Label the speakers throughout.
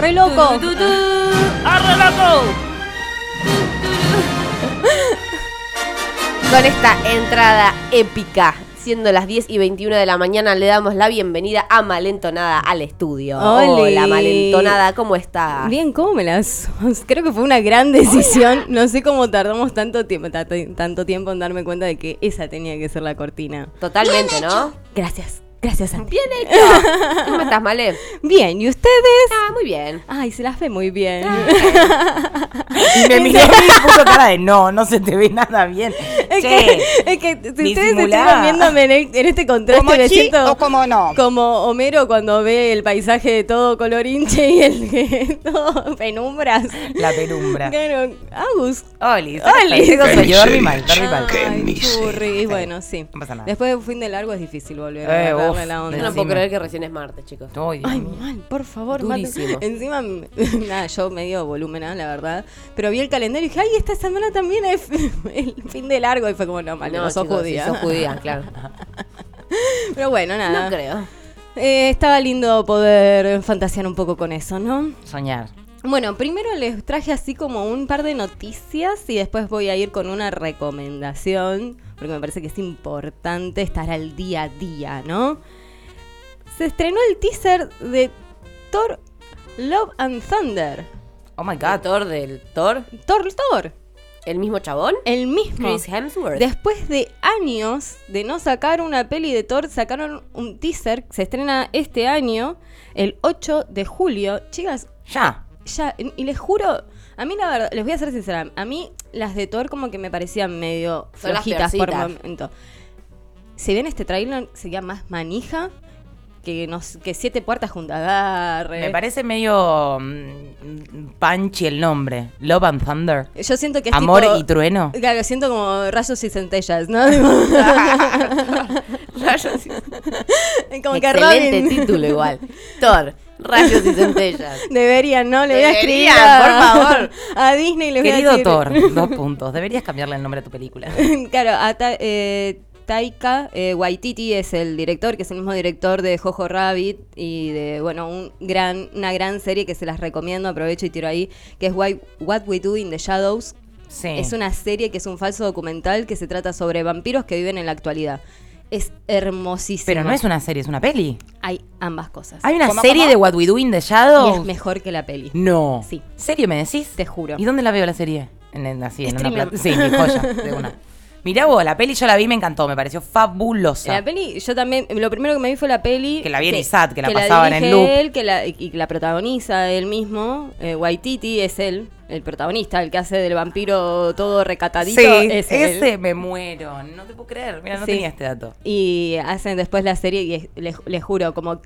Speaker 1: re loco.
Speaker 2: Tu, tu, tu.
Speaker 3: ¡Arre, loco!
Speaker 1: Con esta entrada épica, siendo las 10 y 21 de la mañana, le damos la bienvenida a Malentonada al estudio.
Speaker 2: Oli.
Speaker 1: Hola, Malentonada, ¿cómo estás?
Speaker 2: Bien, ¿cómo me las? Creo que fue una gran decisión. No sé cómo tardamos tanto tiempo, ta- ta- tanto tiempo en darme cuenta de que esa tenía que ser la cortina.
Speaker 1: Totalmente, ¿no?
Speaker 2: Gracias, gracias. Santi.
Speaker 1: Bien hecho. ¿Cómo estás, Male?
Speaker 2: Bien, ¿y ustedes?
Speaker 1: Ah, muy bien.
Speaker 2: Ay, se las ve muy bien.
Speaker 4: Y me miró y puso cara de no, no se te ve nada bien.
Speaker 2: Es que,
Speaker 4: Che,
Speaker 2: es que si ustedes
Speaker 4: disimulá.
Speaker 2: estuvieran viéndome en, el- en este contraste,
Speaker 5: ¿Como
Speaker 2: me
Speaker 5: sí
Speaker 2: siento
Speaker 5: o como no?
Speaker 2: como Homero cuando ve el paisaje de todo color hinche y el de todo penumbras.
Speaker 4: la penumbra.
Speaker 2: Claro, Agus.
Speaker 4: Oli,
Speaker 2: Oli.
Speaker 4: Oli. Yo dormí mal, dormí mal.
Speaker 2: Ay, churri, bueno, sí.
Speaker 4: No pasa nada.
Speaker 2: Después de un fin de largo es difícil volver
Speaker 4: Eh,
Speaker 2: a darle
Speaker 4: uf,
Speaker 2: la onda.
Speaker 1: Yo no
Speaker 4: Encima.
Speaker 1: puedo creer que recién es martes, chicos.
Speaker 4: Ay, Dios
Speaker 2: Ay,
Speaker 4: mío.
Speaker 2: mal, por favor, mate.
Speaker 1: Durísimo.
Speaker 2: Encima, m- nada, yo medio volumen, ah, la verdad. Pero vi el calendario y dije, ay, esta semana también es el fin de largo. Y fue como, no, mal, no, sos
Speaker 1: chicos, sí,
Speaker 2: judía.
Speaker 1: sos judía, claro.
Speaker 2: Ah. Pero bueno, nada.
Speaker 1: No creo.
Speaker 2: Eh, estaba lindo poder fantasear un poco con eso, ¿no?
Speaker 4: Soñar.
Speaker 2: Bueno, primero les traje así como un par de noticias y después voy a ir con una recomendación, porque me parece que es importante estar al día a día, ¿no? Se estrenó el teaser de Thor Love and Thunder.
Speaker 4: Oh my god.
Speaker 1: Thor del Thor?
Speaker 2: Thor, Thor,
Speaker 1: ¿El mismo chabón?
Speaker 2: el mismo.
Speaker 1: Chris Hemsworth.
Speaker 2: Después de años de no sacar una peli de Thor, sacaron un teaser que se estrena este año, el 8 de julio. Chicas,
Speaker 4: Ya.
Speaker 2: Ya, y les juro, a mí la verdad, les voy a ser sincera, a mí las de Thor como que me parecían medio
Speaker 1: Son las
Speaker 2: flojitas por
Speaker 1: peorcitas.
Speaker 2: momento. Si bien este trailer sería más manija que, nos, que siete puertas juntas. agarre.
Speaker 4: Me parece medio mm, punchy el nombre. Love and Thunder.
Speaker 2: Yo siento que es
Speaker 4: Amor
Speaker 2: tipo-
Speaker 4: y trueno.
Speaker 2: Claro, siento como rayos y centellas, ¿no? Digo,
Speaker 1: Rayos y...
Speaker 2: como que
Speaker 1: Excelente
Speaker 2: Robin
Speaker 1: título igual. Thor, rayos y centellas.
Speaker 2: Deberían, ¿no? Le voy a escribir
Speaker 1: Deberían,
Speaker 2: a-
Speaker 1: por favor.
Speaker 2: a Disney le voy a
Speaker 4: Querido
Speaker 2: decir-
Speaker 4: Thor, dos puntos. Deberías cambiarle el nombre a tu película.
Speaker 2: claro, a Ta- eh, Taika eh, Waititi es el director, que es el mismo director de Jojo Rabbit y de, bueno, un gran, una gran serie que se las recomiendo, aprovecho y tiro ahí, que es Why- What We Do in the Shadows.
Speaker 4: Sí.
Speaker 2: Es una serie que es un falso documental que se trata sobre vampiros que viven en la actualidad. Es hermosísimo.
Speaker 4: Pero no es una serie, es una peli.
Speaker 2: Hay ambas cosas.
Speaker 4: Hay una
Speaker 5: ¿Cómo,
Speaker 4: serie
Speaker 5: cómo?
Speaker 4: de What We Do in the
Speaker 2: Y es
Speaker 4: Shadow.
Speaker 2: mejor que la peli.
Speaker 4: No.
Speaker 2: Sí.
Speaker 4: ¿Serio me decís?
Speaker 2: Te juro.
Speaker 4: ¿Y dónde la veo la serie? En, en- así, en una
Speaker 2: Streaming.
Speaker 4: plata. Sí, mi joya, de una. Mirá vos, la peli yo la vi, me encantó, me pareció fabulosa.
Speaker 2: La peli, yo también, lo primero que me vi fue la peli.
Speaker 4: Que la vi en ISAT, que la pasaban en
Speaker 2: dirige
Speaker 4: loop.
Speaker 2: Él, que la, y que la protagoniza él mismo. Eh, Waititi es él, el protagonista, el que hace del vampiro todo recatadito.
Speaker 4: sí,
Speaker 2: es él.
Speaker 4: ese me muero. No te puedo creer. Mira, no
Speaker 2: Sí.
Speaker 4: tenía este dato.
Speaker 2: Y hacen después la serie y es- les, les juro, como.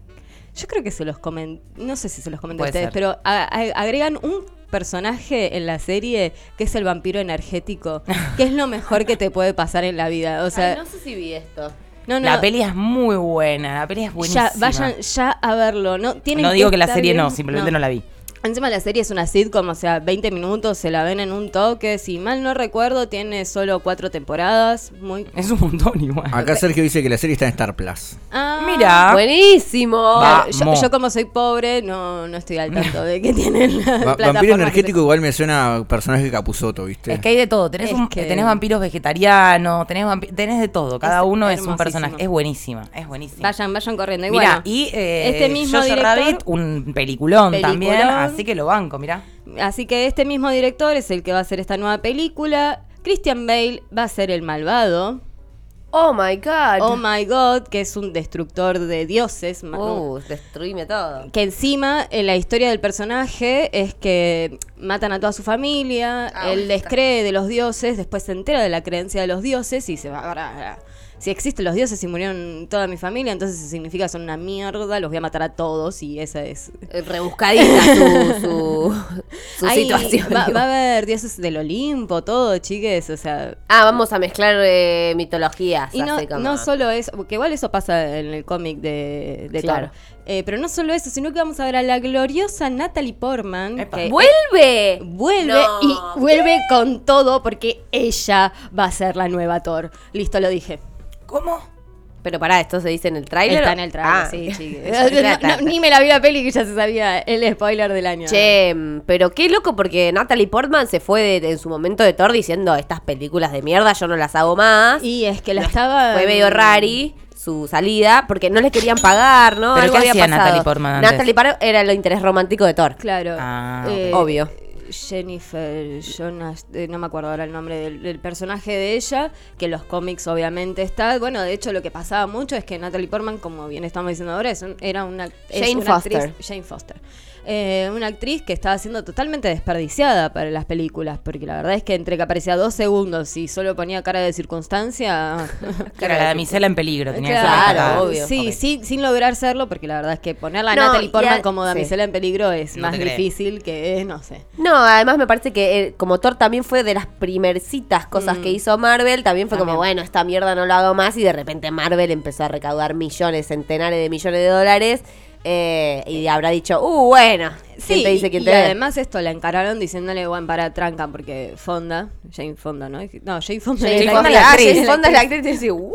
Speaker 2: Yo creo que se los comenté. No sé si se los comenté a
Speaker 4: Puede
Speaker 2: ustedes,
Speaker 4: ser.
Speaker 2: pero a- a- agregan un personaje en la serie que es el vampiro energético, que es lo mejor que te puede pasar en la vida. O sea,
Speaker 1: Ay, no sé si vi esto.
Speaker 2: no, no.
Speaker 4: La peli es muy buena, la peli es buenísima.
Speaker 2: Ya, vayan ya a verlo. No, tienen
Speaker 4: no digo que la
Speaker 2: estar
Speaker 4: serie no,
Speaker 2: bien-
Speaker 4: simplemente no. la vi.
Speaker 2: Encima la serie es una sitcom, o sea, 20 minutos, se la ven en un toque. Si mal no recuerdo, tiene solo cuatro temporadas. Muy.
Speaker 4: Es un montón igual.
Speaker 6: Acá Sergio dice que la serie está en Star Plus.
Speaker 2: Ah,
Speaker 4: Mira.
Speaker 1: Buenísimo.
Speaker 4: Va.
Speaker 2: claro, yo,
Speaker 4: Vamos.
Speaker 2: yo como soy pobre, no, no estoy al tanto de que tienen la
Speaker 6: Va-
Speaker 2: plataforma
Speaker 6: Vampiro
Speaker 2: que
Speaker 6: energético igual me suena a personaje capuzoto, ¿viste?
Speaker 4: Es que hay de todo. Tenés,
Speaker 2: Es
Speaker 4: un-
Speaker 2: que-
Speaker 4: tenés vampiros vegetarianos, tenés, vampi- tenés de todo. Cada
Speaker 2: Es
Speaker 4: uno es
Speaker 2: hermosísimo.
Speaker 4: un personaje. Es buenísima, es buenísima.
Speaker 2: se- Vayan, vayan corriendo. Y
Speaker 4: Mirá,
Speaker 2: bueno,
Speaker 4: y eh,
Speaker 2: este mismo
Speaker 4: Jojo
Speaker 2: director-
Speaker 4: Rabbit, un peliculón, también,
Speaker 2: Peliculón.
Speaker 4: así que lo banco, mirá.
Speaker 2: Así que este mismo director es el que va a hacer esta nueva película. Christian Bale va a ser el malvado.
Speaker 1: Oh my
Speaker 4: Ah,
Speaker 1: god.
Speaker 2: Oh my god, que es un destructor de dioses. ma-
Speaker 1: Uh, destruíme todo.
Speaker 2: Que encima en la historia del personaje es que matan a toda su familia,
Speaker 1: Ah,
Speaker 2: él
Speaker 1: bueno, está.
Speaker 2: descree de los dioses, después se entera de la creencia de los dioses y se va a... Si existen los dioses y murieron toda mi familia, entonces eso significa que son una mierda, los voy a matar a todos y esa es...
Speaker 1: Eh, Rebuscadita su, su, su
Speaker 2: Ahí
Speaker 1: situación.
Speaker 2: Va,
Speaker 1: digo.
Speaker 2: va a haber dioses del Olimpo, todo, chiques, o sea...
Speaker 1: Ah, vamos a mezclar eh, mitologías.
Speaker 2: Y no,
Speaker 1: así como-
Speaker 2: no solo eso, porque igual eso pasa en el cómic de, de
Speaker 1: Claro.
Speaker 2: Thor. Eh, pero no solo eso, sino que vamos a ver a la gloriosa Natalie Portman.
Speaker 4: Epa.
Speaker 2: que-
Speaker 1: ¡Vuelve!
Speaker 2: Vuelve
Speaker 1: No.
Speaker 2: y vuelve con todo porque ella va a ser la nueva Thor. Listo, lo dije.
Speaker 4: ¿Cómo?
Speaker 1: Pero pará, ¿esto se dice en el tráiler?
Speaker 2: Está en el trailer,
Speaker 1: Ah.
Speaker 2: sí, chiques.
Speaker 1: No, no, no, ni-
Speaker 2: ni me la vi la peli que ya se sabía el spoiler del año.
Speaker 1: Che, mm, pero qué loco porque Natalie Portman se fue de- de- en su momento de Thor diciendo estas películas de mierda yo no las hago más.
Speaker 2: Y es que la estaba.
Speaker 1: Fue medio rari su salida porque no les querían pagar, ¿no?
Speaker 4: ¿Pero
Speaker 1: Algo
Speaker 4: qué
Speaker 1: había
Speaker 4: hacía
Speaker 1: pasado.
Speaker 4: Natalie Portman antes?
Speaker 1: Natalie Portman era el interés romántico de Thor.
Speaker 2: Claro. Eh,
Speaker 4: Ah, ok.
Speaker 1: Obvio.
Speaker 2: Jennifer Jonas, eh, no me acuerdo ahora el nombre del, del personaje de ella, que en los cómics obviamente está. Bueno, de hecho lo que pasaba mucho es que Natalie Portman, como bien estamos diciendo ahora, es un- era una, es
Speaker 1: Jane
Speaker 2: una
Speaker 1: Foster.
Speaker 2: actriz- Jane Foster. Eh, una actriz que estaba siendo totalmente desperdiciada para las películas, porque la verdad es que entre que aparecía dos segundos y solo ponía cara de circunstancia,
Speaker 4: Era la damisela en peligro. Tenía que ser
Speaker 1: Claro,
Speaker 4: rescatada.
Speaker 1: obvio.
Speaker 2: Sí,
Speaker 4: Ok.
Speaker 2: sí, sin lograr serlo, porque la verdad es que poner la
Speaker 1: No,
Speaker 2: Natalie Portman
Speaker 1: y a-
Speaker 2: como damisela en peligro es
Speaker 4: No
Speaker 2: más
Speaker 4: te creo.
Speaker 2: difícil que, no sé.
Speaker 1: No, además me parece que eh, como Thor también fue de las primercitas cosas
Speaker 4: Mm.
Speaker 1: que hizo Marvel, también fue como, bueno, esta mierda no lo hago más y de repente Marvel empezó a recaudar millones, centenares de millones de dólares eh, y habrá dicho, uh, bueno, ¿quién
Speaker 2: Sí,
Speaker 1: te dice
Speaker 2: y-
Speaker 1: quién
Speaker 2: y
Speaker 1: te ve?
Speaker 2: además esto la encararon diciéndole, bueno, para tranca, porque Fonda, Jane Fonda, ¿no? No, Jane Fonda,
Speaker 1: Jane
Speaker 2: es la
Speaker 1: Fonda
Speaker 2: actriz.
Speaker 1: es la
Speaker 2: Ah,
Speaker 1: actriz.
Speaker 2: Jane
Speaker 1: Fonda es la
Speaker 2: actriz.
Speaker 1: actriz y dice, "What?".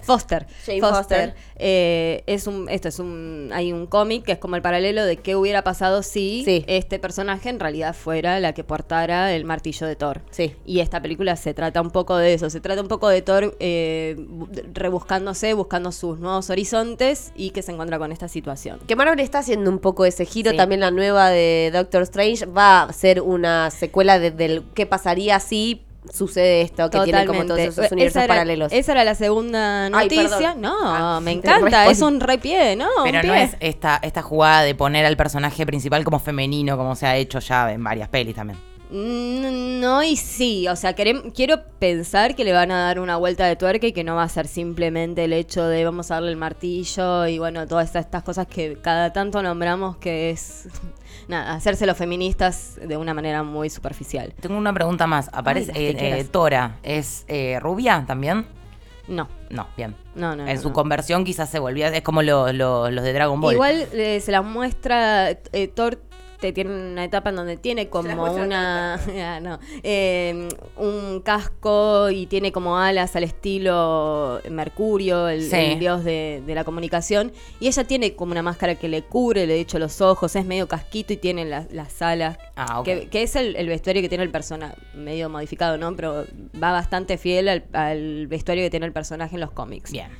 Speaker 2: Foster.
Speaker 1: Jane Foster.
Speaker 2: eh, es un, esto es un, hay un cómic que es como el paralelo de qué hubiera pasado si
Speaker 1: Sí.
Speaker 2: este personaje en realidad fuera la que portara el martillo de Thor.
Speaker 1: Sí.
Speaker 2: Y esta película se trata un poco de eso, se trata un poco de Thor eh, bu- rebuscándose, buscando sus nuevos horizontes y que se encuentra con esta situación.
Speaker 1: Que Marvel está haciendo un poco ese giro.
Speaker 2: Sí.
Speaker 1: También la nueva de Doctor Strange va a ser una secuela de- del qué pasaría si sucede esto, que tiene como todos esos
Speaker 2: Esa
Speaker 1: universos
Speaker 2: era-
Speaker 1: paralelos.
Speaker 2: Esa era la segunda
Speaker 1: Ay,
Speaker 2: noticia.
Speaker 1: perdón.
Speaker 2: no,
Speaker 1: Ah,
Speaker 2: me
Speaker 1: te
Speaker 2: encanta, es
Speaker 1: respondí.
Speaker 2: un repié, ¿no? un
Speaker 4: Pero no
Speaker 2: pie.
Speaker 4: es esta, esta jugada de poner al personaje principal como femenino, como se ha hecho ya en varias pelis también.
Speaker 2: Mm, No y sí, o sea, querem- quiero pensar que le van a dar una vuelta de tuerca y que no va a ser simplemente el hecho de vamos a darle el martillo y bueno, todas estas, estas cosas que cada tanto nombramos que es, nada, hacerse los feministas de una manera muy superficial.
Speaker 4: Tengo una pregunta más. Aparece
Speaker 2: Ay, las que
Speaker 4: eh, eh,
Speaker 2: quieras.
Speaker 4: Tora, ¿es eh, rubia también?
Speaker 2: No,
Speaker 4: No, bien.
Speaker 2: no, no.
Speaker 4: en
Speaker 2: no,
Speaker 4: su
Speaker 2: no.
Speaker 4: conversión quizás se volvía, es como lo- lo- los de Dragon Ball.
Speaker 2: Igual eh, se la muestra eh, Thor te tiene una etapa en donde tiene como una Ah, no, eh, un casco y tiene como alas al estilo Mercurio, el,
Speaker 4: Sí.
Speaker 2: el dios de, de la comunicación. Y ella tiene como una máscara que le cubre, de hecho, los ojos, es medio casquito y tiene las- las alas.
Speaker 4: Ah, ok.
Speaker 2: que, que es el, el vestuario que tiene el personaje, medio modificado, ¿no? Pero va bastante fiel al, al vestuario que tiene el personaje en los cómics.
Speaker 4: Bien.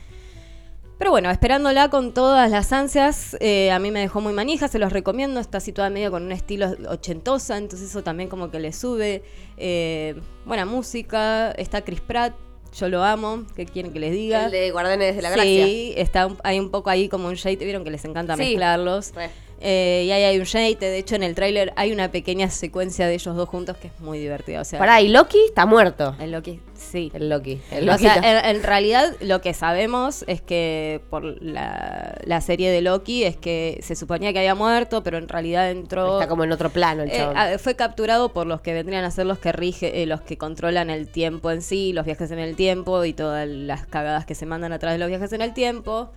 Speaker 2: Pero bueno, esperándola con todas las ansias, eh, a mí me dejó muy manija, se los recomiendo, está situada medio con un estilo ochentosa, entonces eso también como que le sube. Eh, buena música, está Chris Pratt, yo lo amo, ¿qué quieren que les diga?
Speaker 1: El de Guardianes de la Galaxia.
Speaker 2: sí, está un- hay un poco ahí como un shade, vieron que les encanta
Speaker 1: Sí.
Speaker 2: mezclarlos.
Speaker 1: Re.
Speaker 2: Eh, y ahí hay un shade, de hecho en el tráiler hay una pequeña secuencia de ellos dos juntos que es muy divertida, o sea,
Speaker 1: Pará, y Loki está muerto. eh,
Speaker 2: en lo que sí.
Speaker 1: El Loki. El
Speaker 2: O
Speaker 1: Loki.
Speaker 2: sea,
Speaker 1: está-
Speaker 2: en, en realidad lo que sabemos es que por la, la serie de Loki es que se suponía que había muerto, pero en realidad entró...
Speaker 1: está como en otro plano el
Speaker 2: eh,
Speaker 1: chabón.
Speaker 2: ah, fue capturado por los que vendrían a ser los que rige, eh, los que controlan el tiempo en sí, los viajes en el tiempo y todas las cagadas que se mandan a través de los viajes en el tiempo.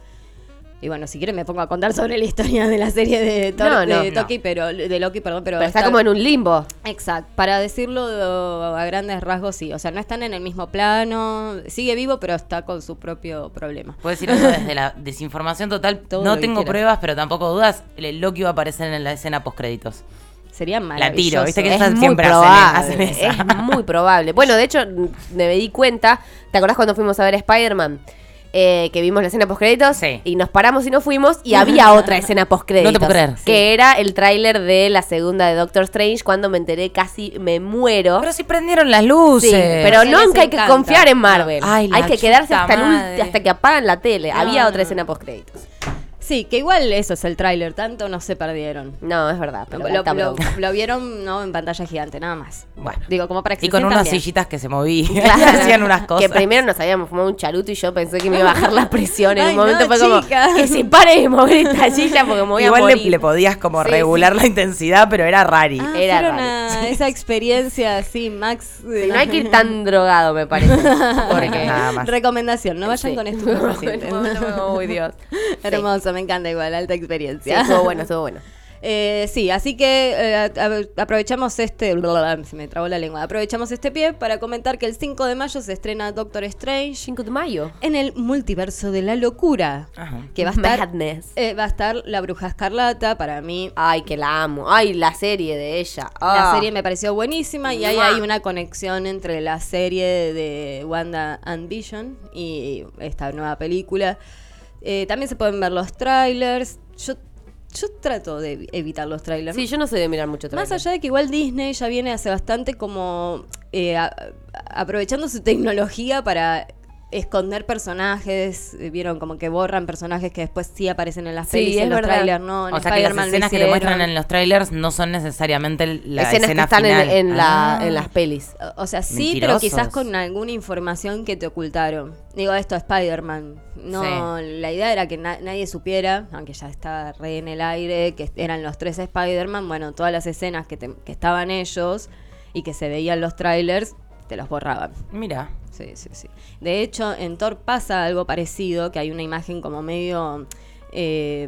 Speaker 2: Y bueno, si quieren me pongo a contar sobre la historia de la serie de, Thor-
Speaker 1: No, no,
Speaker 2: de
Speaker 4: no.
Speaker 2: Toki, pero de Loki, perdón, pero,
Speaker 1: pero está como en un limbo.
Speaker 2: Exacto, para decirlo eh, a grandes rasgos, sí. O sea, no están en el mismo plano, sigue vivo, pero está con su propio problema.
Speaker 4: Puedo decir eso desde la desinformación total.
Speaker 2: Todo lo
Speaker 4: no
Speaker 2: que
Speaker 4: tengo
Speaker 2: quieras.
Speaker 4: pruebas, pero tampoco dudas. El Loki va a aparecer en la escena postcréditos.
Speaker 2: Sería
Speaker 4: La
Speaker 2: maravilloso.
Speaker 4: tiro, viste que
Speaker 1: Es
Speaker 4: esas
Speaker 1: muy
Speaker 4: siempre
Speaker 1: probable.
Speaker 4: hacen, hacen esa.
Speaker 1: Es muy probable. Bueno, de hecho, me di cuenta. ¿Te acordás cuando fuimos a ver Spider-Man? Eh, que vimos la escena postcréditos
Speaker 4: Sí.
Speaker 1: y nos paramos y nos fuimos y había otra escena postcréditos
Speaker 4: No te puedo creer.
Speaker 1: que era el tráiler de la segunda de Doctor Strange cuando me enteré casi me muero
Speaker 4: Pero si prendieron las luces.
Speaker 1: Sí, pero
Speaker 2: Sí, les
Speaker 1: nunca hay que
Speaker 2: encanta.
Speaker 1: confiar en Marvel
Speaker 4: Ay, la
Speaker 1: hay que
Speaker 4: chuta
Speaker 1: quedarse hasta, el ulti-
Speaker 4: madre.
Speaker 1: hasta que apagan la tele había
Speaker 2: No,
Speaker 1: otra
Speaker 2: no.
Speaker 1: escena postcréditos
Speaker 2: Sí, que igual eso es el tráiler, tanto no se perdieron.
Speaker 1: no es verdad
Speaker 2: Lo,
Speaker 1: pero está
Speaker 2: lo-
Speaker 1: bronca.
Speaker 2: lo vieron no en pantalla gigante, nada más.
Speaker 4: Bueno.
Speaker 2: Digo, como para que
Speaker 4: Y con
Speaker 2: se
Speaker 4: unas
Speaker 2: sientan bien.
Speaker 4: sillitas que se movían.
Speaker 1: Claro.
Speaker 4: hacían unas cosas.
Speaker 1: Que primero nos habíamos fumado un charuto y yo pensé que me iba a bajar la presión. En
Speaker 2: Ay,
Speaker 1: un momento
Speaker 2: no,
Speaker 1: fue
Speaker 2: chica.
Speaker 1: como que se pare de mover esta silla porque me voy
Speaker 4: Igual
Speaker 1: a
Speaker 4: le,
Speaker 1: morir.
Speaker 4: le podías como
Speaker 1: Sí,
Speaker 4: regular la intensidad, pero era rari.
Speaker 2: Ah,
Speaker 1: Era
Speaker 2: fueron
Speaker 1: raro.
Speaker 2: a esa experiencia así, Max. de
Speaker 1: Sí, no
Speaker 2: la-
Speaker 1: hay que ir tan drogado, me parece. Porque
Speaker 4: Nada más.
Speaker 2: Recomendación, no vayan
Speaker 1: Sí.
Speaker 2: con
Speaker 1: En un momento fue
Speaker 2: estupefacientes.
Speaker 1: como, Uy, Dios. Sí.
Speaker 2: Hermoso, me encanta igual, alta
Speaker 1: Sí,
Speaker 2: experiencia.
Speaker 1: estuvo bueno, estuvo bueno.
Speaker 2: Eh, sí, así que eh, a- a- aprovechamos este. Se me trabó la lengua. Aprovechamos este pie para comentar que el 5 de mayo se estrena Doctor Strange
Speaker 1: 5 de mayo.
Speaker 2: en el multiverso de la locura.
Speaker 4: Ajá.
Speaker 2: Que va a estar.
Speaker 1: Madness.
Speaker 2: eh, va a estar la Bruja Escarlata, para mí.
Speaker 1: Ay, que la amo. Ay, la serie de ella.
Speaker 2: La
Speaker 1: Ah.
Speaker 2: serie me pareció buenísima y hay
Speaker 1: Mua.
Speaker 2: ahí una conexión entre la serie de Wanda and Vision y esta nueva película. Eh, también se pueden ver los trailers. Yo, yo trato de evi- evitar los trailers.
Speaker 1: Sí, yo no soy de mirar mucho
Speaker 2: Más
Speaker 1: tráiler.
Speaker 2: allá de que igual Disney ya viene hace bastante como eh, a- a- aprovechando su tecnología para esconder personajes, Eh, vieron como que borran personajes que después sí aparecen en las
Speaker 1: Sí,
Speaker 2: pelis,
Speaker 1: es
Speaker 2: en los
Speaker 1: verdad.
Speaker 2: trailers, no, en
Speaker 4: o sea que las
Speaker 2: Spider-Man lo
Speaker 4: escenas que te muestran
Speaker 2: hicieron.
Speaker 4: en los trailers no son necesariamente la
Speaker 1: escenas que
Speaker 4: escena
Speaker 1: están en-
Speaker 4: final.
Speaker 1: en, la-
Speaker 4: Ah.
Speaker 1: en las pelis.
Speaker 2: O sea, sí, pero
Speaker 4: Mentirosos.
Speaker 2: quizás con alguna información que te ocultaron. Digo, esto Spider-Man. No, la idea era que na- nadie supiera, aunque ya estaba re en el aire, que est- eran los tres Spider-Man. Bueno, todas las escenas que, te- que estaban ellos y que se veían los trailers, te los borraban.
Speaker 4: Mira.
Speaker 2: Sí, sí, sí. De hecho, en Thor pasa algo parecido, que hay una imagen como medio... eh,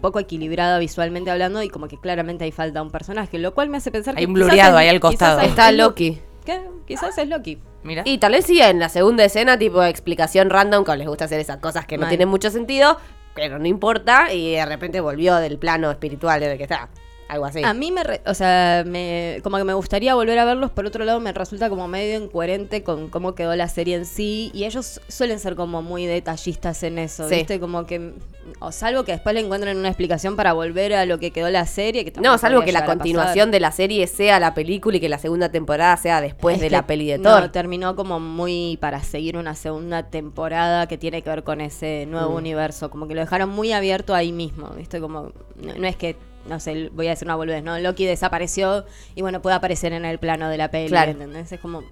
Speaker 2: poco equilibrada visualmente hablando y como que claramente ahí falta un personaje, lo cual me hace pensar
Speaker 4: Hay
Speaker 2: que
Speaker 4: un
Speaker 2: quizás
Speaker 4: blureado
Speaker 2: es-
Speaker 4: ahí al
Speaker 2: quizás
Speaker 4: costado.
Speaker 2: hay-
Speaker 1: Está
Speaker 2: es Loki.
Speaker 1: Loki.
Speaker 2: ¿Qué? Quizás es Loki.
Speaker 4: Mira.
Speaker 1: Y tal vez sí, en la segunda escena, tipo explicación random, que les gusta hacer esas cosas que no
Speaker 2: Mal.
Speaker 1: tienen mucho sentido, pero no importa, y de repente volvió del plano espiritual en el que está. Algo así.
Speaker 2: A mí me, re- o sea, me- como que me gustaría volver a verlos, por otro lado me resulta como medio incoherente con cómo quedó la serie en sí y ellos suelen ser como muy detallistas en eso,
Speaker 1: Sí.
Speaker 2: ¿viste? Como que o salvo que después le encuentren una explicación para volver a lo que quedó la serie, que
Speaker 1: no,
Speaker 2: tampoco
Speaker 1: salvo
Speaker 2: podría
Speaker 1: que la
Speaker 2: llegar a
Speaker 1: continuación de la serie sea la película y que la segunda temporada sea después
Speaker 2: Es
Speaker 1: de
Speaker 2: que
Speaker 1: la peli de
Speaker 2: no,
Speaker 1: Thor.
Speaker 2: terminó como muy para seguir una segunda temporada que tiene que ver con ese nuevo
Speaker 1: Mm.
Speaker 2: universo. Como que lo dejaron muy abierto ahí mismo, ¿viste? Como, no, no es que, no sé, voy a decir una boludez, ¿no? Loki desapareció y bueno, puede aparecer en el plano de la peli,
Speaker 1: Claro.
Speaker 2: ¿entendés? Es como,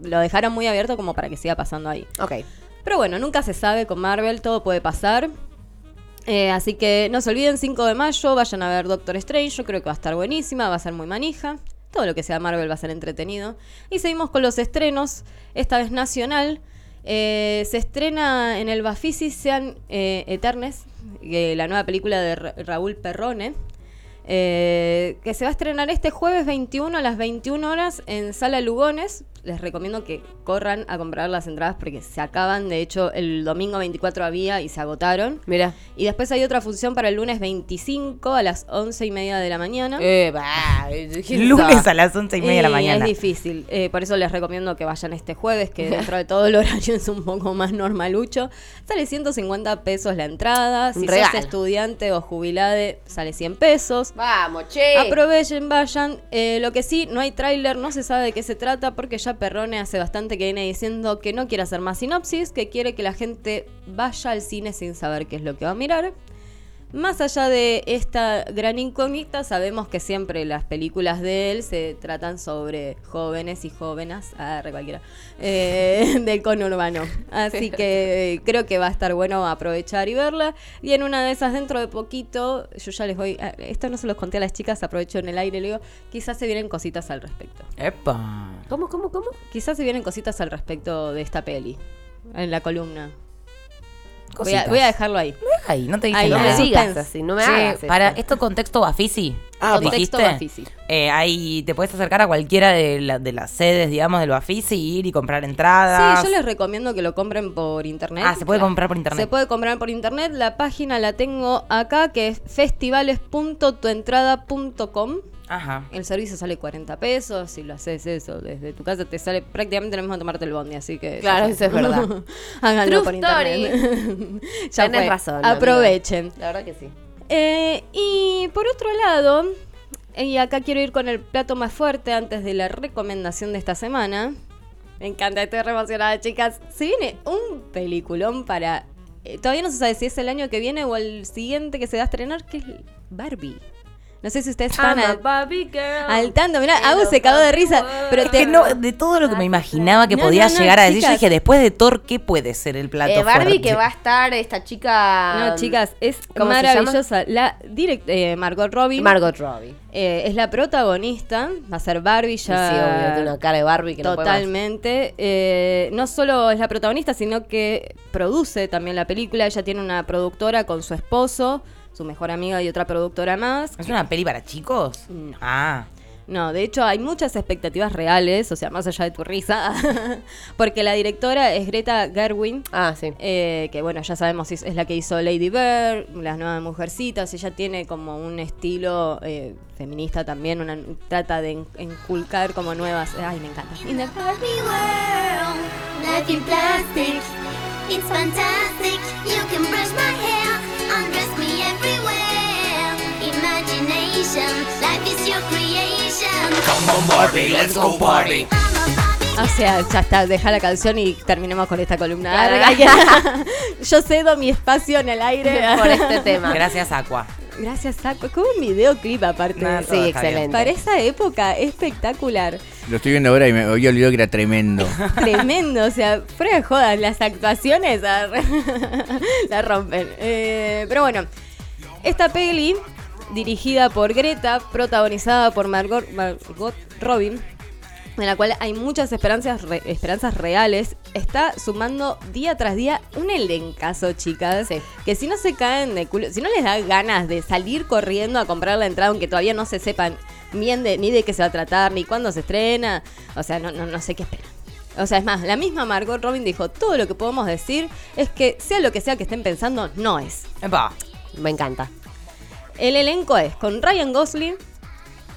Speaker 2: lo dejaron muy abierto como para que siga pasando ahí.
Speaker 1: Ok.
Speaker 2: Pero bueno, nunca se sabe con Marvel, todo puede pasar. Eh, así que no se olviden, 5 de mayo, vayan a ver Doctor Strange, yo creo que va a estar buenísima, va a ser muy manija. Todo lo que sea Marvel va a ser entretenido. Y seguimos con los estrenos, esta vez nacional. Eh, se estrena en el Bafisi Sean eh, Eternes, que la nueva película de Ra- Raúl Perrone, eh, que se va a estrenar este jueves 21 a las 21 horas en Sala Lugones. Les recomiendo que corran a comprar las entradas porque se acaban. De hecho, el domingo 24 había y se agotaron.
Speaker 1: Mira.
Speaker 2: Y después hay otra función para el lunes 25 a las 11 y media de la mañana.
Speaker 1: Eh, bah,
Speaker 4: Lunes a las once y media de la
Speaker 2: Y
Speaker 4: mañana.
Speaker 2: Es difícil, eh, por eso les recomiendo que vayan este jueves, que dentro de todo el horario es un poco más normalucho. Sale 150 pesos la entrada, si
Speaker 1: Un regalo.
Speaker 2: sos estudiante o jubilade sale 100 pesos.
Speaker 1: Vamos, che.
Speaker 2: Aprovechen, vayan. Eh, lo que sí, no hay tráiler, no se sabe de qué se trata, porque ya Perrone hace bastante que viene diciendo que no quiere hacer más sinopsis, que quiere que la gente vaya al cine sin saber qué es lo que va a mirar. Más allá de esta gran incógnita, sabemos que siempre las películas de él se tratan sobre jóvenes y jóvenes, ah, re cualquiera, eh, del conurbano. Así que eh, creo que va a estar bueno aprovechar y verla. Y en una de esas, dentro de poquito, yo ya les voy. ah, Esto no se los conté a las chicas, aprovecho en el aire, le digo, quizás se vienen cositas al respecto.
Speaker 4: Epa.
Speaker 1: ¿Cómo, cómo, cómo?
Speaker 2: Quizás se vienen cositas al respecto de esta peli, en la columna. Voy a,
Speaker 4: Cositas.
Speaker 2: voy a dejarlo ahí.
Speaker 4: Ay, no te dije
Speaker 2: Ahí,
Speaker 1: No
Speaker 2: Ah,
Speaker 1: me
Speaker 4: nada.
Speaker 2: sí.
Speaker 1: digas
Speaker 2: suspense.
Speaker 1: así, no me
Speaker 4: Che,
Speaker 1: hagas. eso.
Speaker 4: Eh, para esto contexto Bafisi.
Speaker 6: Ah,
Speaker 2: Contexto
Speaker 4: dijiste.
Speaker 2: Bafisi.
Speaker 4: Eh, ahí te puedes acercar a cualquiera de, la- de las sedes, digamos, del Bafisi y ir y comprar entradas.
Speaker 2: Sí, yo les recomiendo que lo compren por internet.
Speaker 4: Ah, se puede comprar por internet.
Speaker 2: Se puede comprar por internet. La página la tengo acá, que es festivales.tuentrada.com.
Speaker 4: Ajá.
Speaker 2: El servicio sale 40 pesos. Si lo haces eso desde tu casa, te sale prácticamente lo mismo tomarte el bondi. Así que.
Speaker 1: Claro,
Speaker 2: ya
Speaker 1: eso es
Speaker 2: fue.
Speaker 1: verdad.
Speaker 2: Háganlo
Speaker 1: True
Speaker 2: por internet. Ya
Speaker 1: Tenés
Speaker 2: fue.
Speaker 1: razón, amiga.
Speaker 2: Aprovechen.
Speaker 1: La verdad que sí.
Speaker 2: Eh, y por otro lado, y acá quiero ir con el plato más fuerte antes de la recomendación de esta semana. Me encanta, estoy re emocionada, chicas. Se viene un peliculón para. eh, todavía no se sabe si es el año que viene o el siguiente que se va a estrenar, que es Barbie. No sé si ustedes están
Speaker 1: I'm a
Speaker 2: al,
Speaker 1: Barbie girl.
Speaker 2: al tanto. Mirá, Agus se cagó de risa. Pero
Speaker 4: Es que
Speaker 2: te, Ah,
Speaker 4: no, de todo lo que me imaginaba que
Speaker 2: No,
Speaker 4: podía
Speaker 2: no, no,
Speaker 4: llegar a decir,
Speaker 2: chicas.
Speaker 4: yo dije, después de Thor, ¿qué puede ser el plato
Speaker 1: Eh, Barbie
Speaker 4: fuerte?
Speaker 1: que va a estar esta chica.
Speaker 2: no, chicas, es
Speaker 1: Ah, ¿cómo se llama?
Speaker 2: maravillosa. La direct, eh, Margot Robbie
Speaker 1: Margot Robbie.
Speaker 2: eh, es la protagonista. Va a ser Barbie
Speaker 1: Sí, obvio,
Speaker 2: ya.
Speaker 1: tiene una cara de Barbie que no puede más.
Speaker 2: Totalmente. Eh, no solo es la protagonista, sino que produce también la película. Ella tiene una productora con su esposo. su mejor amiga y otra productora más.
Speaker 4: ¿Es una peli para chicos?
Speaker 2: No.
Speaker 4: Ah.
Speaker 2: No, de hecho hay muchas expectativas reales, o sea, más allá de tu risa, porque la directora es Greta Gerwin,
Speaker 1: Ah, sí.
Speaker 2: eh, que bueno, ya sabemos es es la que hizo Lady Bird, las nuevas mujercitas, ella tiene como un estilo eh, feminista también, una, trata de en- inculcar como nuevas... Ay, me encanta.
Speaker 3: In the Barbie world, life in plastic. It's fantastic. You can brush my hair, undress me everywhere. Imagination, life is your creation. I'm a Barbie.
Speaker 2: O sea, ya está, deja la canción y terminemos con esta columna larga. Yo cedo mi espacio en el aire.
Speaker 1: Por este tema.
Speaker 4: Gracias, Aqua.
Speaker 2: Gracias, Saco. Es como un videoclip aparte.
Speaker 4: Nada, todo
Speaker 1: sí,
Speaker 4: está bien.
Speaker 1: excelente.
Speaker 2: Para esa época, espectacular.
Speaker 6: Lo estoy viendo ahora y me había olvidado que era tremendo.
Speaker 2: Tremendo, o sea, fuera de jodas, las actuaciones arre, la rompen. Eh, pero bueno, esta peli, dirigida por Greta, protagonizada por Margot, Margot Robin, en la cual hay muchas esperanzas, re- esperanzas reales, está sumando día tras día un elencazo, chicas.
Speaker 1: Sí.
Speaker 2: Que si no se caen de culo, si no les da ganas de salir corriendo a comprar la entrada, aunque todavía no se sepan bien de, ni de qué se va a tratar, ni cuándo se estrena, o sea, no, no, no sé qué esperan. O sea, es más, la misma Margot Robin dijo, todo lo que podemos decir es que sea lo que sea que estén pensando, no es.
Speaker 4: Epa.
Speaker 1: Me encanta.
Speaker 2: El elenco es con Ryan Gosling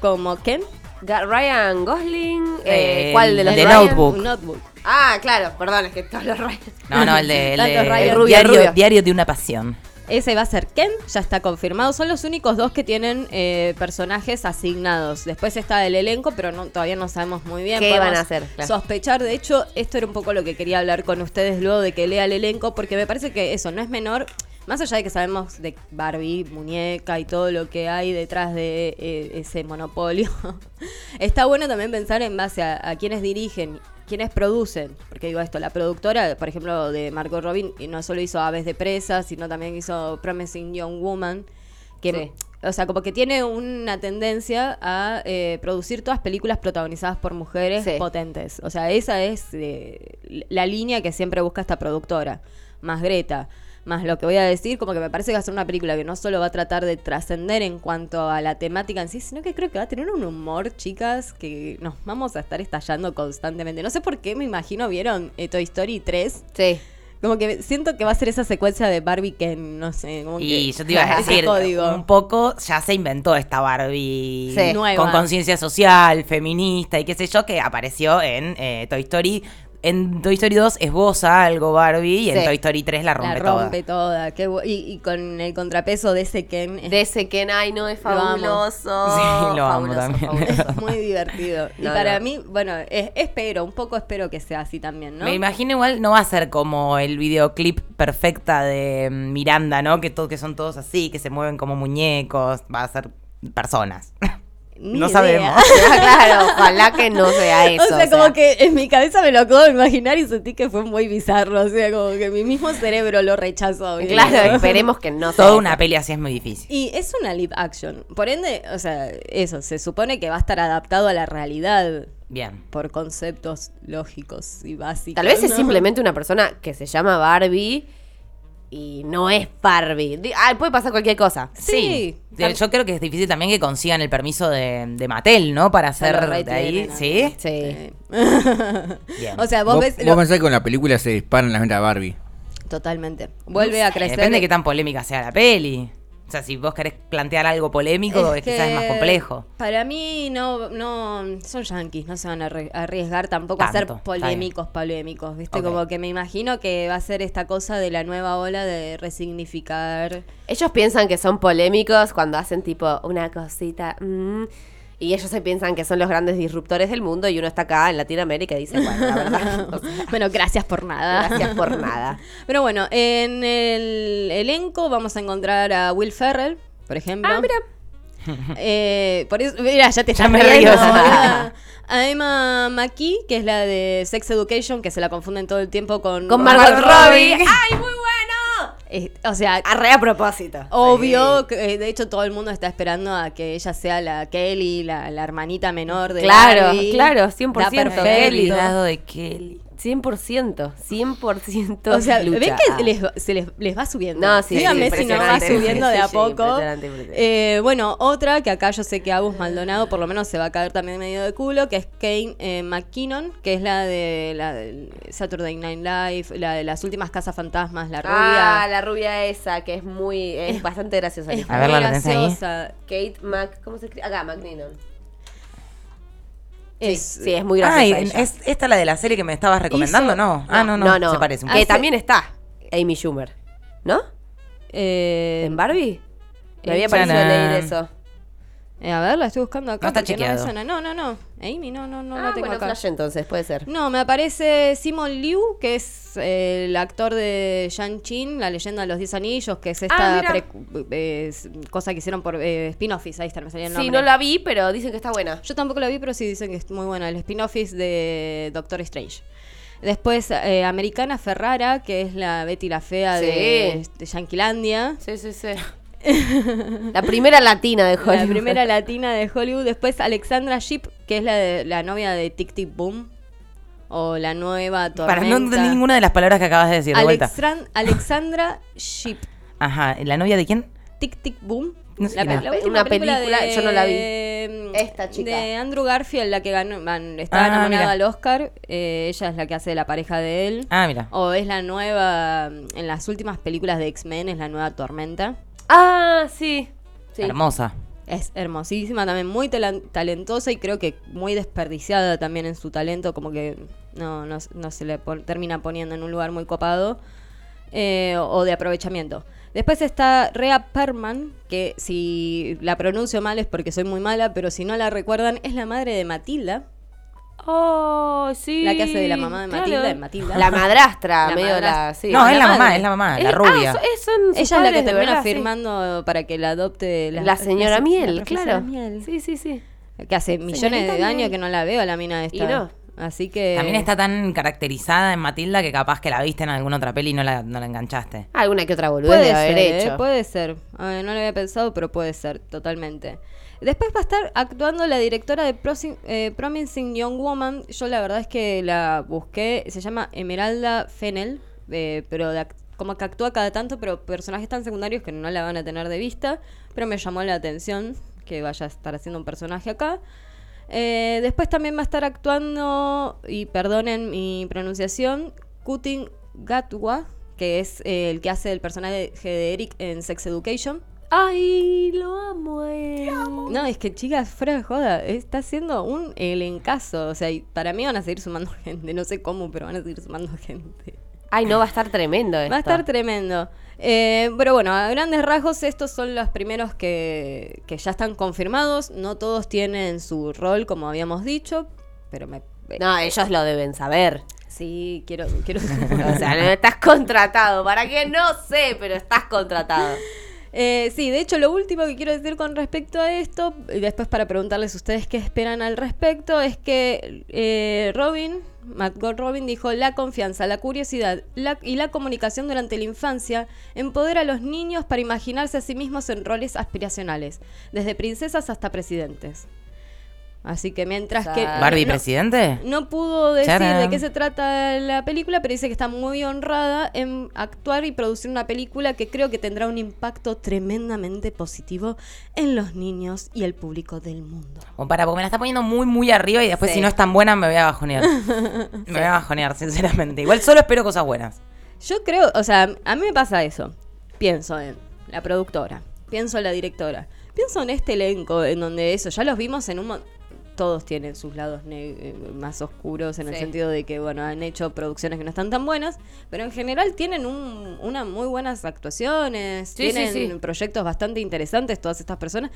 Speaker 2: como Ken.
Speaker 1: Ga- Ryan Gosling. eh,
Speaker 4: El
Speaker 1: ¿Cuál de los
Speaker 4: de
Speaker 1: Ryan?
Speaker 4: Notebook.
Speaker 2: Notebook.
Speaker 1: Ah, claro, perdón, es que todos los Ryan.
Speaker 4: No, no, el de, el de-
Speaker 2: Tantos rayos.
Speaker 4: el
Speaker 1: Rubio,
Speaker 4: diario,
Speaker 1: rubio.
Speaker 4: diario de una pasión.
Speaker 2: Ese va a ser Ken, ya está confirmado. Son los únicos dos que tienen eh, personajes asignados. Después está el elenco, pero no, todavía no sabemos muy bien.
Speaker 1: ¿Qué
Speaker 2: Podemos
Speaker 1: van a hacer? Claro.
Speaker 2: Sospechar, de hecho, esto era un poco lo que quería hablar con ustedes luego de que lea el elenco, porque me parece que eso no es menor. Más allá de que sabemos de Barbie, muñeca y todo lo que hay detrás de eh, ese monopolio, está bueno también pensar en base a, a quienes dirigen, quienes producen. Porque digo esto, la productora, por ejemplo, de Margot Robin, y no solo hizo Aves de Presa, sino también hizo Promising Young Woman, que
Speaker 1: Sí.
Speaker 2: o sea, como que tiene una tendencia a eh, producir todas películas protagonizadas por mujeres
Speaker 1: Sí.
Speaker 2: potentes. O sea, esa es eh, la línea que siempre busca esta productora. Más Greta, más lo que voy a decir, como que me parece que va a ser una película que no solo va a tratar de trascender en cuanto a la temática en sí, sino que creo que va a tener un humor, chicas, que nos vamos a estar estallando constantemente. No sé por qué, me imagino, vieron eh, Toy Story 3.
Speaker 1: Sí.
Speaker 2: Como que siento que va a ser esa secuencia de Barbie que no sé, como
Speaker 4: Y
Speaker 2: que-
Speaker 4: yo te iba a
Speaker 2: ese
Speaker 4: decir,
Speaker 2: código.
Speaker 4: un poco ya se inventó esta Barbie
Speaker 1: Sí.
Speaker 2: Nueva.
Speaker 4: con conciencia social, feminista y qué sé yo, que apareció en eh, Toy Story. En Toy Story 2 esboza algo Barbie y en
Speaker 1: Sí.
Speaker 4: Toy Story 3 la rompe,
Speaker 2: La rompe toda. qué bu- y, y con el contrapeso de ese Ken es
Speaker 1: De ese Ken, ay, no, es
Speaker 2: Lo amo.
Speaker 1: fabuloso.
Speaker 4: Sí, lo amo
Speaker 1: Fabuloso,
Speaker 4: también.
Speaker 1: fabuloso.
Speaker 2: muy divertido. y
Speaker 1: No,
Speaker 2: para
Speaker 1: no.
Speaker 2: mí, bueno, es- espero, un poco espero que sea así también, ¿no?
Speaker 4: Me imagino igual no va a ser como el videoclip perfecta de mm, Miranda, ¿no? Que, to- que son todos así, que se mueven como muñecos, va a ser personas.
Speaker 2: Ni
Speaker 4: no
Speaker 2: idea.
Speaker 4: sabemos.
Speaker 1: Ah, claro, ojalá que no sea eso.
Speaker 2: O sea, como que en mi cabeza me lo acabo de imaginar y sentí que fue muy bizarro. O sea, como que mi mismo cerebro lo rechazó. ¿viste?
Speaker 1: Claro, esperemos que no sea
Speaker 4: Toda
Speaker 1: eso.
Speaker 4: una peli así es muy difícil.
Speaker 2: Y es una live action. Por ende, o sea, eso, se supone que va a estar adaptado a la realidad
Speaker 4: Bien.
Speaker 2: por conceptos lógicos y básicos.
Speaker 1: Tal vez es
Speaker 2: ¿no?
Speaker 1: simplemente una persona que se llama Barbie y no es Barbie. Di- Ay, puede pasar cualquier cosa.
Speaker 2: Sí.
Speaker 4: Yo- Yo creo que es difícil también que consigan el permiso de, de Mattel, ¿no? Para
Speaker 2: Ya lo
Speaker 4: hacer de ahí.
Speaker 2: retienen, ¿no?
Speaker 4: ¿Sí?
Speaker 1: Sí.
Speaker 4: Bien.
Speaker 2: O sea, vos,
Speaker 6: ¿Vos,
Speaker 2: ves.
Speaker 6: vos
Speaker 2: lo-
Speaker 6: pensás que con la película se disparan las ventas de Barbie?
Speaker 2: Totalmente. Vuelve a crecer.
Speaker 4: Eh, Depende de qué tan polémica sea la peli. O sea, si vos querés plantear algo polémico,
Speaker 2: Es
Speaker 4: quizás es más
Speaker 2: que
Speaker 4: complejo.
Speaker 2: Para mí, no, no son yanquis, no se van a arri- a arriesgar tampoco
Speaker 4: Tanto,
Speaker 2: a ser
Speaker 4: está bien.
Speaker 2: polémicos, polémicos. ¿Viste?
Speaker 4: Ok.
Speaker 2: Como que me imagino que va a ser esta cosa de la nueva ola de resignificar.
Speaker 1: Ellos piensan que son polémicos cuando hacen tipo una cosita. mm, y ellos se piensan que son los grandes disruptores del mundo y uno está acá en Latinoamérica y dice, bueno, la verdad. o sea,
Speaker 2: bueno, gracias por nada.
Speaker 1: gracias por nada.
Speaker 2: Pero bueno, en el elenco vamos a encontrar a Will Ferrell, por ejemplo.
Speaker 1: Ah, mira.
Speaker 2: Eh, por eso, mira, ya te
Speaker 4: Ya
Speaker 2: estás
Speaker 4: me
Speaker 2: riendo,
Speaker 4: río.
Speaker 2: boluda. A Emma McKee, que es la de Sex Education, que se la confunden todo el tiempo con,
Speaker 1: Con Margot Robbie.
Speaker 2: ¡Ay, muy bueno! o sea,
Speaker 1: Arre a propósito.
Speaker 2: obvio, que, eh, de hecho todo el mundo está esperando a que ella sea la Kelly, la, la hermanita menor de
Speaker 1: Claro,
Speaker 2: Barbie.
Speaker 1: claro,
Speaker 2: Da
Speaker 1: 100%.
Speaker 2: perfecto.
Speaker 4: Kelly, dado de Kelly.
Speaker 1: 100%, 100%
Speaker 2: O sea,
Speaker 1: lucha.
Speaker 2: ven que
Speaker 1: Ah.
Speaker 2: les, va- se les, les va subiendo.
Speaker 1: No, sí,
Speaker 2: Díganme
Speaker 1: sí,
Speaker 2: si no va
Speaker 1: impresionante.
Speaker 2: subiendo de a
Speaker 1: Sí,
Speaker 2: poco.
Speaker 1: impresionante, impresionante.
Speaker 2: Eh, bueno, otra que acá yo sé que Agus Maldonado por lo menos se va a caer también medio de culo, que es Kane eh, McKinnon, que es la de la de Saturday Night Live, la de las últimas Casas Fantasmas, la rubia.
Speaker 1: Ah, la rubia esa, que es muy, es bastante graciosa.
Speaker 2: Es
Speaker 4: A verla,
Speaker 2: muy
Speaker 4: ¿la tenés ahí?
Speaker 2: graciosa.
Speaker 1: Kate Mac, ¿cómo se escribe? Acá, McNinnon. Sí,
Speaker 2: Es-
Speaker 1: sí, es muy
Speaker 4: Ay,
Speaker 1: graciosa ella.
Speaker 4: es esta la de la serie que me estabas recomendando,
Speaker 2: Hizo-
Speaker 4: ¿no? Ah, no, no, se parece un
Speaker 1: que
Speaker 4: poco.
Speaker 1: también está Amy Schumer, ¿no?
Speaker 2: eh,
Speaker 1: ¿En Barbie? Me había
Speaker 4: Tcharam.
Speaker 1: parecido leer eso.
Speaker 2: eh, a ver, la estoy buscando acá.
Speaker 4: No está
Speaker 2: porque No,
Speaker 4: chequeado.
Speaker 2: me suena. no, no, no. Amy, no, no, no
Speaker 1: ah,
Speaker 2: la tengo
Speaker 1: bueno,
Speaker 2: acá.
Speaker 1: flash entonces, puede ser.
Speaker 2: No, me aparece Simon Liu, que es eh, el actor de Shang Chin, la leyenda de los 10 anillos, que es esta
Speaker 1: Ah, mira.
Speaker 2: precu- eh, es- cosa que hicieron por eh, spin-offs, ahí está, me salía el nombre.
Speaker 1: Sí, no la vi, pero dicen que está buena.
Speaker 2: Yo tampoco la vi, pero sí dicen que es muy buena, el spin-off de Doctor Strange. Después, eh, Americana Ferrara, que es la Betty la Fea
Speaker 1: Sí.
Speaker 2: de, de Yanquilandia.
Speaker 1: Sí, sí, sí. la primera latina de Hollywood.
Speaker 2: La primera latina de Hollywood. Después Alexandra Sheep, que es la, de- la novia de Tic Tic Boom. O la nueva tormenta.
Speaker 4: Para no entendí ninguna de las palabras que acabas de decir, de vuelta.
Speaker 2: Alexan- Alexandra Sheep.
Speaker 4: Ajá, ¿la novia de quién?
Speaker 2: Tic Tic Boom.
Speaker 4: No sé
Speaker 2: La pe-
Speaker 4: quién es.
Speaker 2: la última
Speaker 1: Una película, yo no la vi.
Speaker 2: de-
Speaker 1: Esta chica.
Speaker 2: De Andrew Garfield, la que ganó, man, estaba
Speaker 4: Ah,
Speaker 2: nominada
Speaker 4: mira.
Speaker 2: al Oscar. Eh, ella es la que hace de la pareja de él.
Speaker 4: Ah, mira.
Speaker 2: O es la nueva, mm, en las últimas películas de X-Men, es la nueva Tormenta.
Speaker 1: Ah, sí. sí.
Speaker 4: Hermosa.
Speaker 2: Es hermosísima, también muy talan- talentosa y creo que muy desperdiciada también en su talento, como que no, no, no se le pon- termina poniendo en un lugar muy copado eh, o de aprovechamiento. Después está Rhea Perman, que si la pronuncio mal es porque soy muy mala, pero si no la recuerdan, es la madre de Matilda,
Speaker 1: Oh, sí.
Speaker 2: la que hace de la mamá de
Speaker 1: claro.
Speaker 2: Matilda, en Matilda.
Speaker 1: La madrastra,
Speaker 2: La
Speaker 1: medio
Speaker 2: madrastra.
Speaker 1: la. sí.
Speaker 4: no, es la mamá,
Speaker 2: madre.
Speaker 4: es la mamá, la
Speaker 1: Es- ah,
Speaker 4: rubia.
Speaker 1: son- es- son sus
Speaker 2: Ella es la que
Speaker 1: padres de
Speaker 2: termina
Speaker 1: verdad, sí.
Speaker 2: firmando para que la adopte
Speaker 1: La,
Speaker 2: la,
Speaker 1: señora
Speaker 2: la- la
Speaker 1: Miel,
Speaker 2: profesora
Speaker 1: claro.
Speaker 2: Miel.
Speaker 1: Sí, sí, sí.
Speaker 2: Que hace millones
Speaker 1: Señorita
Speaker 2: de años
Speaker 1: Miel.
Speaker 2: que no la veo la mina esta.
Speaker 1: Y no.
Speaker 2: Así que.
Speaker 4: También está tan caracterizada en Matilda que capaz que la viste en alguna otra peli y no la, no la enganchaste.
Speaker 1: Alguna que otra boludez
Speaker 2: Puede
Speaker 1: de
Speaker 2: ser,
Speaker 1: haber
Speaker 2: eh,
Speaker 1: hecho.
Speaker 2: puede ser. A ver, no lo había pensado, pero puede ser, totalmente. Después va a estar actuando la directora de Prosi- eh, Promising Young Woman. Yo la verdad es que la busqué. Se llama Emeralda Fennel, eh, pero de ac- como que actúa cada tanto, pero personajes tan secundarios que no la van a tener de vista. Pero me llamó la atención que vaya a estar haciendo un personaje acá. Eh, después también va a estar actuando, y perdonen mi pronunciación, Kutin Gatwa, que es eh, el que hace el personaje de Eric en Sex Education.
Speaker 1: Ay, lo amo, a él.
Speaker 2: No, es que chicas, fuera de joda, está haciendo un elencazo. O sea, y para mí van a seguir sumando gente. No sé cómo, pero van a seguir sumando gente.
Speaker 1: Ay, no, va a estar tremendo esto.
Speaker 2: Va a estar tremendo. Eh, pero bueno, a grandes rasgos, estos son los primeros que, que ya están confirmados. No todos tienen su rol, como habíamos dicho, pero me.
Speaker 1: No, ellos lo deben saber.
Speaker 2: Sí, quiero. quiero
Speaker 1: O sea, no, estás contratado. ¿Para qué? No sé, pero estás contratado.
Speaker 2: Eh, sí, de hecho, lo último que quiero decir con respecto a esto, y después para preguntarles a ustedes qué esperan al respecto, es que eh, Robin, Matt Gold Robin, dijo: La confianza, la curiosidad la- y la comunicación durante la infancia empodera a los niños para imaginarse a sí mismos en roles aspiracionales, desde princesas hasta presidentes. Así que mientras que.
Speaker 1: Ah,
Speaker 4: ¿Barbie
Speaker 2: no-
Speaker 4: presidente?
Speaker 2: no pudo decir
Speaker 4: Charán.
Speaker 2: de qué se trata la película, pero dice que está muy honrada en actuar y producir una película que creo que tendrá un impacto tremendamente positivo en los niños y el público del mundo.
Speaker 4: O para, porque me la está poniendo muy, muy arriba y después
Speaker 1: Sí.
Speaker 4: si no es tan buena me voy a bajonear. Me voy a bajonear, sinceramente. Igual solo espero cosas buenas.
Speaker 2: Yo creo, o sea, a mí me pasa eso. Pienso en la productora, pienso en la directora, pienso en este elenco en donde eso, ya los vimos en un... mon- Todos tienen sus lados ne- eh, más oscuros en el
Speaker 1: Sí.
Speaker 2: sentido de que, bueno, han hecho producciones que no están tan buenas, pero en general tienen un, una muy buenas actuaciones,
Speaker 1: Sí, sí,
Speaker 2: tienen
Speaker 1: sí.
Speaker 2: proyectos bastante interesantes todas estas personas.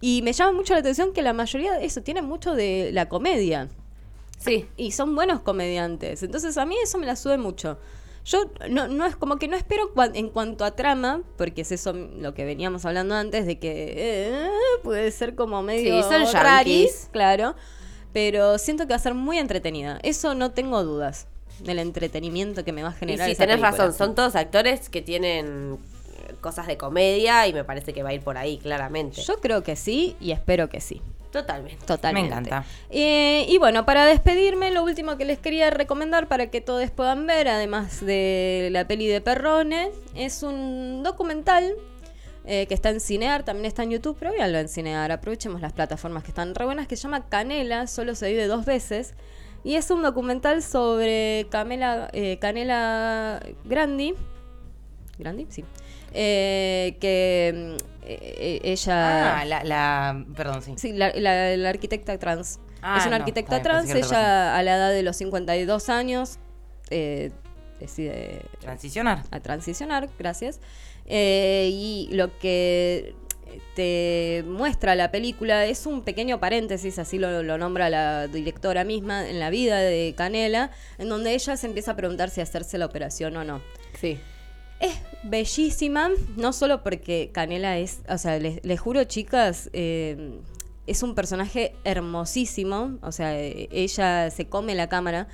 Speaker 2: Y me llama mucho la atención que la mayoría de eso tiene mucho de la comedia
Speaker 1: Sí.
Speaker 2: y son buenos comediantes. Entonces a mí eso me la sube mucho. Yo no, no es como que no espero cuan- en cuanto a trama, porque es eso lo que veníamos hablando antes, de que eh, puede ser como medio
Speaker 1: Sí, son yanquis.
Speaker 2: raris, claro. Pero siento que va a ser muy entretenida. Eso no tengo dudas del entretenimiento que me va a
Speaker 1: Y
Speaker 2: generar.
Speaker 1: sí,
Speaker 2: esa
Speaker 1: tenés
Speaker 2: película.
Speaker 1: razón. Son todos actores que tienen eh, cosas de comedia y me parece que va a ir por ahí, claramente.
Speaker 2: Yo creo que sí y espero que sí.
Speaker 1: Totalmente.
Speaker 2: Totalmente.
Speaker 4: Me encanta.
Speaker 2: Eh, y bueno, para despedirme, lo último que les quería recomendar para que todos puedan ver, además de la peli de Perrone, es un documental eh, que está en Cinear, también está en YouTube, pero véanlo en Cinear. Aprovechemos las plataformas que están re buenas, que se llama Canela, solo se vive dos veces. Y es un documental sobre Camela, eh, Canela Grandi. Grandi, sí. Eh, que mm, eh, eh, ella.
Speaker 4: Ah, la, la- Perdón, sí.
Speaker 2: Sí, la, la- la arquitecta trans.
Speaker 4: Ah,
Speaker 2: es una
Speaker 4: no,
Speaker 2: arquitecta
Speaker 4: está bien,
Speaker 2: trans,
Speaker 4: pensé que era otra
Speaker 2: ella a la edad de los 52 años eh, decide
Speaker 4: Transicionar.
Speaker 2: a transicionar, gracias. Eh, y lo que te muestra la película es un pequeño paréntesis, así lo, lo nombra la directora misma, en la vida de Canela, en donde ella se empieza a preguntar si hacerse la operación o no.
Speaker 1: Sí.
Speaker 2: Es bellísima, no solo porque Canela es, o sea, les, les juro chicas, eh, es un personaje hermosísimo, o sea, eh, ella se come la cámara,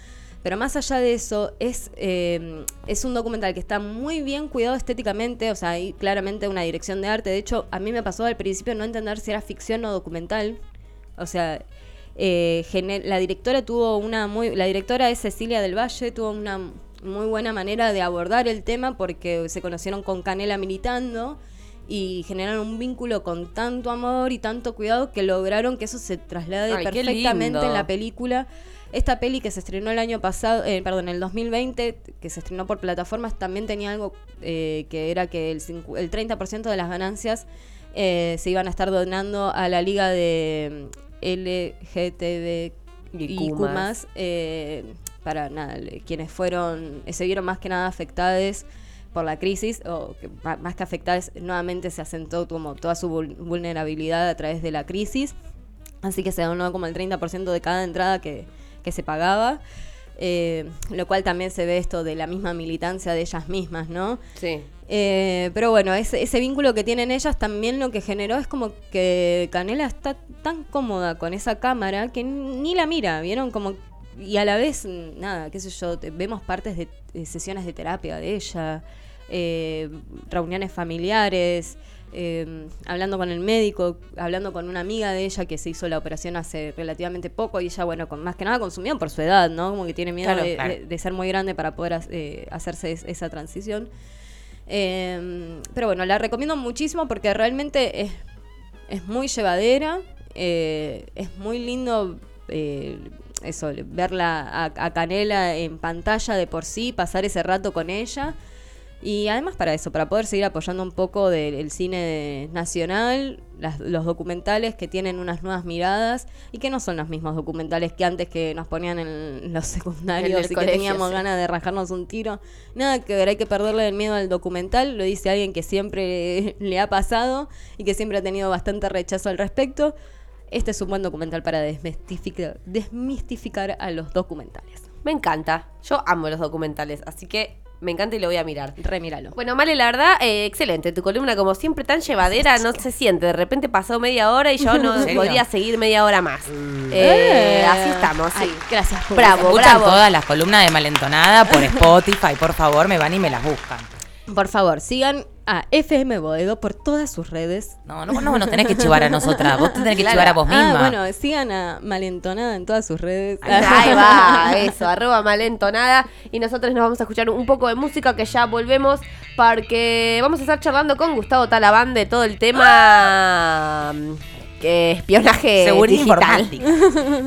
Speaker 2: pero más allá de eso, es, eh, es un documental que está muy bien cuidado estéticamente, o sea, hay claramente una dirección de arte, de hecho, a mí me pasó al principio no entender si era ficción o documental, o sea, eh, gene- la directora tuvo una muy. La directora es Cecilia del Valle, tuvo una muy buena manera de abordar el tema porque se conocieron con Canela militando y generaron un vínculo con tanto amor y tanto cuidado que lograron que eso se traslade
Speaker 4: Ay, qué
Speaker 2: perfectamente
Speaker 4: lindo.
Speaker 2: en la película. Esta peli que se estrenó el año pasado, eh, perdón, el 2020, que se estrenó por plataformas, también tenía algo eh, que era que el, cincu- el 30% de las ganancias eh, se iban a estar donando a la liga de mm,
Speaker 1: IQ+.
Speaker 2: LGTBIQ+, eh, para nada, le- quienes fueron, eh, se vieron más que nada afectadas por la crisis, o que ma- más que afectadas, nuevamente se asentó como toda su vul- vulnerabilidad a través de la crisis. Así que se donó como el 30% de cada entrada que, que se pagaba. eh, lo cual también se ve esto de la misma militancia de ellas mismas, ¿no?
Speaker 1: Sí.
Speaker 2: Eh, pero bueno, ese, ese vínculo que tienen ellas también lo que generó es como que Canela está tan cómoda con esa cámara que ni la mira, ¿vieron? Como, y a la vez, nada, qué sé yo, te- vemos partes de, de sesiones de terapia de ella, eh, reuniones familiares, eh, hablando con el médico, hablando con una amiga de ella que se hizo la operación hace relativamente poco y ella, bueno, con, más que nada consumían por su edad, ¿no? Como que tiene miedo
Speaker 4: Claro,
Speaker 2: de,
Speaker 4: claro.
Speaker 2: de- de ser muy grande para poder ha- eh, hacerse es- esa transición. Eh, pero bueno, la recomiendo muchísimo porque realmente es, es muy llevadera, eh, es muy lindo eh, eso, verla a, a Canela en pantalla de por sí, pasar ese rato con ella. Y además para eso, para poder seguir apoyando un poco del el cine de- nacional, las- los documentales que tienen unas nuevas miradas y que no son los mismos documentales que antes que nos ponían en los secundarios y que
Speaker 1: colegio,
Speaker 2: teníamos
Speaker 1: sí.
Speaker 2: ganas de rajarnos un tiro. Nada que ver, hay que perderle el miedo al documental, lo dice alguien que siempre le ha pasado y que siempre ha tenido bastante rechazo al respecto. Este es un buen documental para desmistificar, desmistificar a los documentales.
Speaker 1: Me encanta. Yo amo los documentales, así que me encanta y lo voy a mirar.
Speaker 2: Remíralo.
Speaker 1: Bueno, Male, la verdad, eh, excelente. Tu columna, como siempre, tan llevadera, no se siente. De repente pasó media hora y yo no
Speaker 4: ¿En serio?
Speaker 1: podría seguir media hora más. Eh, así estamos, sí.
Speaker 2: Ay, gracias. público.
Speaker 1: Bravo,
Speaker 4: Escuchan
Speaker 1: bravo.
Speaker 4: todas las columnas de Malentonada por Spotify, por favor, me van y me las buscan.
Speaker 2: Por favor, sigan a FM Boedo por todas sus redes.
Speaker 4: No, no, no, no tenés que chivar a nosotras, vos tenés que
Speaker 1: Claro.
Speaker 4: chivar a vos misma.
Speaker 2: Ah, bueno, sigan a Malentonada en todas sus redes.
Speaker 1: Ahí va, eso, arroba malentonada. Y nosotros nos vamos a escuchar un poco de música que ya volvemos porque vamos a estar charlando con Gustavo Talabán de todo el tema mm, que espionaje
Speaker 4: Seguridad
Speaker 1: eh, digital.
Speaker 4: informática.